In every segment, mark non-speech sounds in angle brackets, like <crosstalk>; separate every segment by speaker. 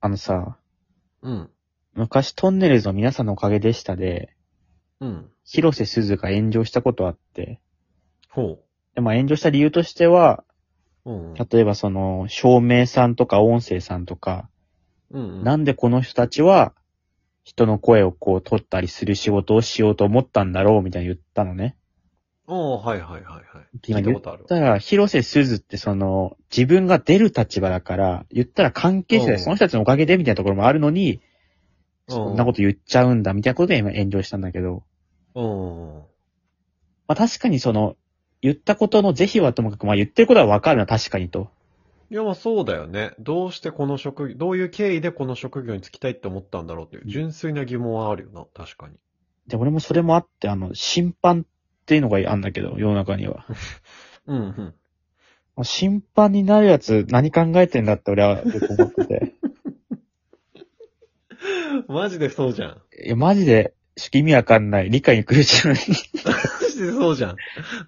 Speaker 1: あのさ、
Speaker 2: うん。
Speaker 1: 昔トンネルズの皆さんのおかげでしたで、
Speaker 2: うん。
Speaker 1: 広瀬すずが炎上したことあって、
Speaker 2: ほ
Speaker 1: でまあ炎上した理由としては、
Speaker 2: う。うん。
Speaker 1: 例えばその、照明さんとか音声さんとか、
Speaker 2: うん。
Speaker 1: なんでこの人たちは、人の声をこう取ったりする仕事をしようと思ったんだろうみたいに言ったのね。
Speaker 2: おーはいはいはいはい。
Speaker 1: 今
Speaker 2: 聞いたことある
Speaker 1: 言。ったら、広瀬すずってその、自分が出る立場だから、言ったら関係者
Speaker 2: う
Speaker 1: で
Speaker 2: ん
Speaker 1: その人たちのおかげでみたいなところもあるのに、そんなこと言っちゃうんだみたいなことで今炎上したんだけど、
Speaker 2: うん。
Speaker 1: まあ確かにその、言ったことの是非はともかく、まあ言ってることはわかるな、確かにと。
Speaker 2: いや、まあそうだよね。どうしてこの職業、どういう経緯でこの職業に就きたいって思ったんだろうっていう、
Speaker 1: うん
Speaker 2: 純粋な疑問はあるよな、確かに。
Speaker 1: で、俺もそれもあって、あの、審判っていうのがあるんだけど、世の中には。
Speaker 2: うん、うん。
Speaker 1: まあ審判になるやつ何考えてんだって俺はよく思って
Speaker 2: <laughs>
Speaker 1: て。
Speaker 2: マジでそうじゃん。
Speaker 1: いや、マジで、意味わかんない。理解に苦し
Speaker 2: <laughs>
Speaker 1: む。
Speaker 2: マジでそうじゃん。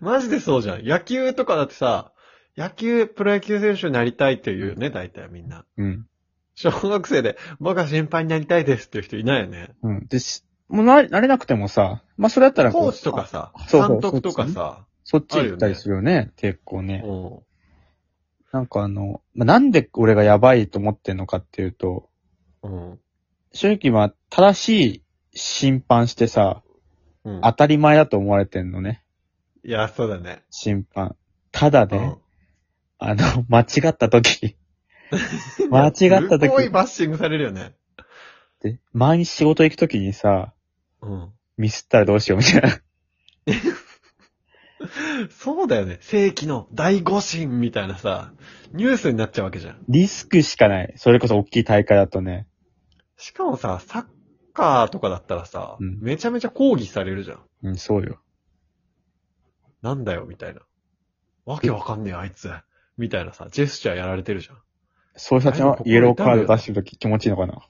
Speaker 2: マジでそうじゃん。野球とかだってさ、野球、プロ野球選手になりたいって言うよね、大体みんな。
Speaker 1: うん。
Speaker 2: 小学生で、僕は審判になりたいですっていう人いないよね。
Speaker 1: うん。で、しもうな、なれなくてもさ、まあ、それだったらこう
Speaker 2: コーチとかさ、
Speaker 1: そうそう
Speaker 2: 監督とかさ、
Speaker 1: そっち行ったりするよね、結構ね。
Speaker 2: うん。
Speaker 1: なんかあの、まあ、なんで俺がやばいと思ってんのかっていうと、
Speaker 2: うん。
Speaker 1: 正直まあ、正しい審判してさ、
Speaker 2: うん。
Speaker 1: 当たり前だと思われてんのね、
Speaker 2: いや、そうだね。
Speaker 1: 審判。ただね、あの、 <laughs> 間違った
Speaker 2: <laughs>
Speaker 1: 時、
Speaker 2: うん
Speaker 1: 間違った時
Speaker 2: すごいバッシングされるよね。
Speaker 1: で前に仕事行く時にさ、
Speaker 2: うん。
Speaker 1: ミスったらどうしようみたいな。
Speaker 2: そうだよね。世紀の大誤審みたいなさ、ニュースになっちゃうわけじゃん。
Speaker 1: リスクしかない。それこそ大きい大会だとね。
Speaker 2: しかもさ、サッカーとかだったらさ、
Speaker 1: うん
Speaker 2: めちゃめちゃ抗議されるじゃん。
Speaker 1: うん、そうよ。
Speaker 2: なんだよ、みたいな。わけわかんねえ、あいつ。みたいなさ、ジェスチャーやられてるじゃん。
Speaker 1: そういう人たちのイエローカード出してる時気持ちいいのかな。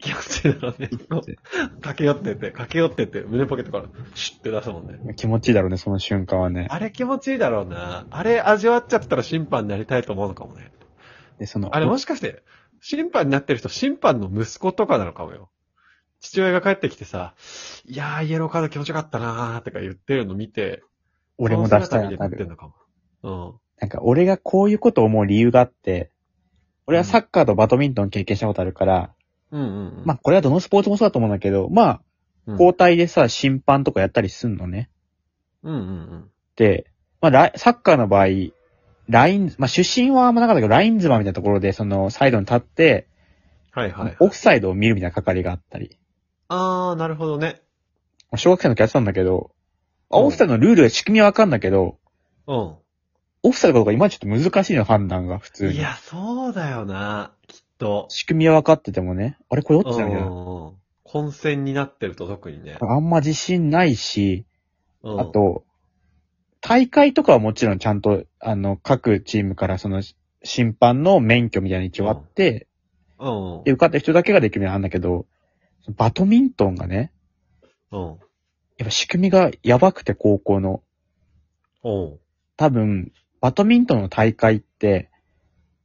Speaker 2: 気持ちいいだろうね。こう駆け寄ってって、駆け寄ってって、胸ポケットから、シュッて出すもんね。
Speaker 1: 気持ちいいだろうね、その瞬間はね。
Speaker 2: あれ気持ちいいだろうな。あれ味わっちゃったら審判になりたいと思うのかもね。
Speaker 1: で、その、
Speaker 2: あれもしかして、審判になってる人、審判の息子とかなのかもよ。父親が帰ってきてさ、いやー、イエローカード気持ちよかったなーとか言ってるの見て、
Speaker 1: 俺も出したい
Speaker 2: その姿見
Speaker 1: な
Speaker 2: てなっ
Speaker 1: る
Speaker 2: て。んのかも。
Speaker 1: なんか俺がこういうことを思う理由があって、俺はサッカーとバドミントン経験したことあるから、
Speaker 2: うん。うんうんうん。
Speaker 1: まあこれはどのスポーツもそうだと思うんだけど、まあ
Speaker 2: うん、
Speaker 1: 交代でさ、審判とかやったりすんのね。
Speaker 2: うんうんうん。
Speaker 1: で、まあライサッカーの場合、ライン、まあ主審はあんまなかったけど、ラインズマンみたいなところで、そのサイドに立って、
Speaker 2: はいはい。
Speaker 1: オフサイドを見るみたいな係があったり。
Speaker 2: あー、なるほどね。
Speaker 1: 小学生の時やってたんだけど、あ
Speaker 2: うん
Speaker 1: オフサイドのルールや仕組みはわかんないけど、
Speaker 2: うん。
Speaker 1: オフサイドとか今ちょっと難しいの判断が普通
Speaker 2: い
Speaker 1: に。
Speaker 2: や、そうだよな、きっと。
Speaker 1: 仕組みは分かっててもね、あれこれどっちなんだよ。
Speaker 2: うん混戦になってると特にね。
Speaker 1: あんま自信ないし、
Speaker 2: うん
Speaker 1: あ、と、大会とかはもちろんちゃんと、あの、各チームからその、審判の免許みたいなの一応あって、
Speaker 2: うん
Speaker 1: で、受かった人だけができるようになるんだけど、バドミントンがね、
Speaker 2: うん。
Speaker 1: やっぱ仕組みがやばくて、高校の。
Speaker 2: うん。
Speaker 1: 多分、バドミントンの大会って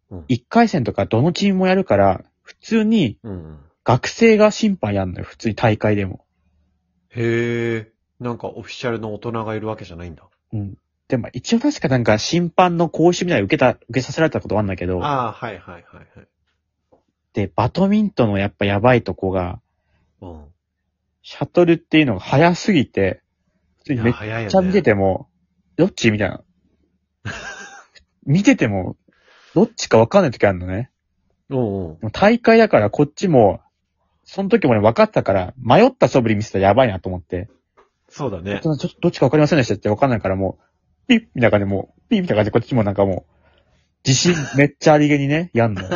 Speaker 2: うん、
Speaker 1: 1回戦とかどのチームもやるから、普通に
Speaker 2: うん。
Speaker 1: 学生が審判やんのよ、普通に大会でも。
Speaker 2: へえ、なんかオフィシャルの大人がいるわけじゃないんだ。
Speaker 1: うん。でも一応確かなんか審判の講習みたいなの受けた、受けさせられたことあるんだけど、
Speaker 2: ああ、はいはいはいはい。
Speaker 1: で、バドミントンのやっぱやばいとこが、
Speaker 2: うん。
Speaker 1: シャトルっていうのが早すぎて、普通にめっ
Speaker 2: 早いよ
Speaker 1: ちゃ見てても、どっちみたいな。見てても、どっちかわかんない時あるのね。
Speaker 2: うんうん
Speaker 1: で。も大会だからこっちも、その時もね、分かったから、迷った素振り見せたらやばいなと思って、
Speaker 2: そう
Speaker 1: <laughs>
Speaker 2: だね
Speaker 1: ち。ょっとどっちかわかりませんでしたってわかんないからもう、ピッみたいな感じでもう、ピッみたいな感じでこっちもなんかもう、自信めっちゃありげにね、やんのよ。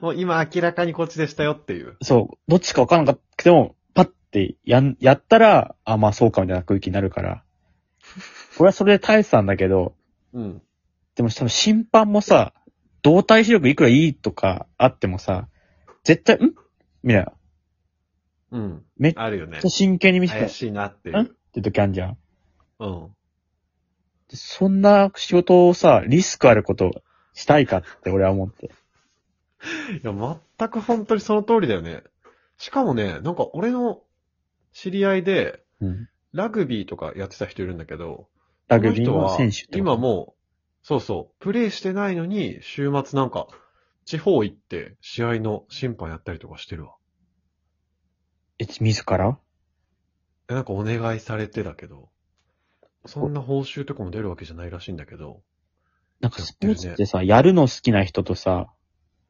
Speaker 2: もう今明らかにこっちでしたよっていう。
Speaker 1: そう、どっちかわからなくても、パッてやん、やったら、あ、まあそうかみたいな空気になる
Speaker 2: <laughs>
Speaker 1: から。俺はそれで耐えてたんだけど、
Speaker 2: うん。
Speaker 1: でも多分審判もさ、動体視力いくらいいとかあってもさ、絶対、んみたいな。
Speaker 2: うん。
Speaker 1: めっ
Speaker 2: あるよね
Speaker 1: ちゃ。真剣に見せて、
Speaker 2: 怪
Speaker 1: っ
Speaker 2: しいなってい
Speaker 1: ん
Speaker 2: う。
Speaker 1: て時あんじゃん。
Speaker 2: うん。
Speaker 1: でそんな仕事をさ、リスクあることしたいかって俺は思って。
Speaker 2: いや、全く本当にその通りだよね。しかもね、なんか俺の知り合いで、
Speaker 1: うん。
Speaker 2: ラグビーとかやってた人いるんだけど、
Speaker 1: ラグビー
Speaker 2: こ
Speaker 1: の
Speaker 2: 人は
Speaker 1: 選手ってこと
Speaker 2: 今もう、そうそう、プレイしてないのに、週末なんか、地方行って、試合の審判やったりとかしてるわ。
Speaker 1: え、自ら
Speaker 2: えなんかお願いされてだけど、そんな報酬とかも出るわけじゃないらしいんだけど、
Speaker 1: なんか
Speaker 2: やっ
Speaker 1: ス
Speaker 2: て
Speaker 1: ポ
Speaker 2: るね
Speaker 1: ーツってさ、やるの好きな人とさ、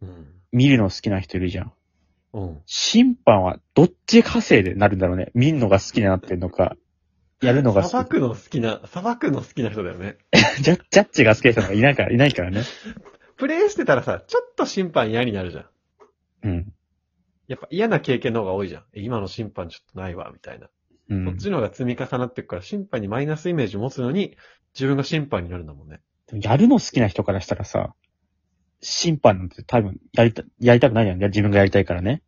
Speaker 2: うん。
Speaker 1: 見るの好きな人いるじゃん。
Speaker 2: うん。
Speaker 1: 審判はどっち稼いでなるんだろうね。見んのが好きになってんのか、やるのが
Speaker 2: 裁
Speaker 1: 好き。
Speaker 2: くの好きな、裁くの好きな人だよね。
Speaker 1: ジャジャッジが好きな人がいないから、いないからね。
Speaker 2: プレイしてたらさ、ちょっと審判嫌になるじゃん。
Speaker 1: うん。
Speaker 2: やっぱ嫌な経験の方が多いじゃん。え今の審判ちょっとないわ、みたいな。
Speaker 1: う
Speaker 2: そっ
Speaker 1: ん。
Speaker 2: ちの方が積み重なっていくから、審判にマイナスイメージ持つのに、自分が審判になるんだもんね。
Speaker 1: でもやるの好きな人からしたらさ、審判なんて多分やりた、やりたくないじゃん。自分がやりたいからね。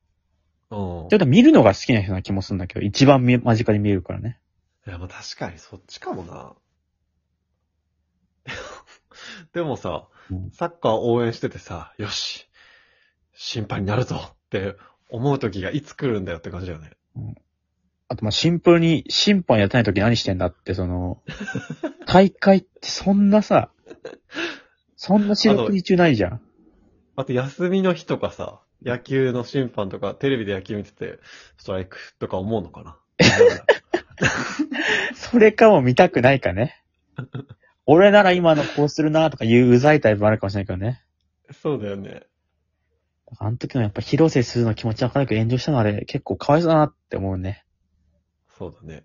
Speaker 2: うん
Speaker 1: ちょっと見るのが好きな人な気もするんだけど、一番見間近に見えるからね。
Speaker 2: いや、まあ確かにそっちかもな。 <laughs> でもさ
Speaker 1: うん、
Speaker 2: サッカー応援しててさ、よし、審判になるぞって思う時がいつ来るんだよって感じだよね。
Speaker 1: あと、まあ、シンプルに審判やってない時何してんだって、そ
Speaker 2: <laughs>
Speaker 1: の、大会ってそんなさ、そんな四六時中ないじゃん。
Speaker 2: あと休みの日とかさ、野球の審判とかテレビで野球見てて、ストライクとか思うの
Speaker 1: <laughs>
Speaker 2: かな。
Speaker 1: それかも見たくないかね。俺なら今のこうするなとかいううざいタイプもあるかもしれないけどね。
Speaker 2: そうだよね。
Speaker 1: あの時のやっぱ広瀬すずの気持ちわかるけど炎上したのあれ結構かわいそうだなって思うね。
Speaker 2: そうだね。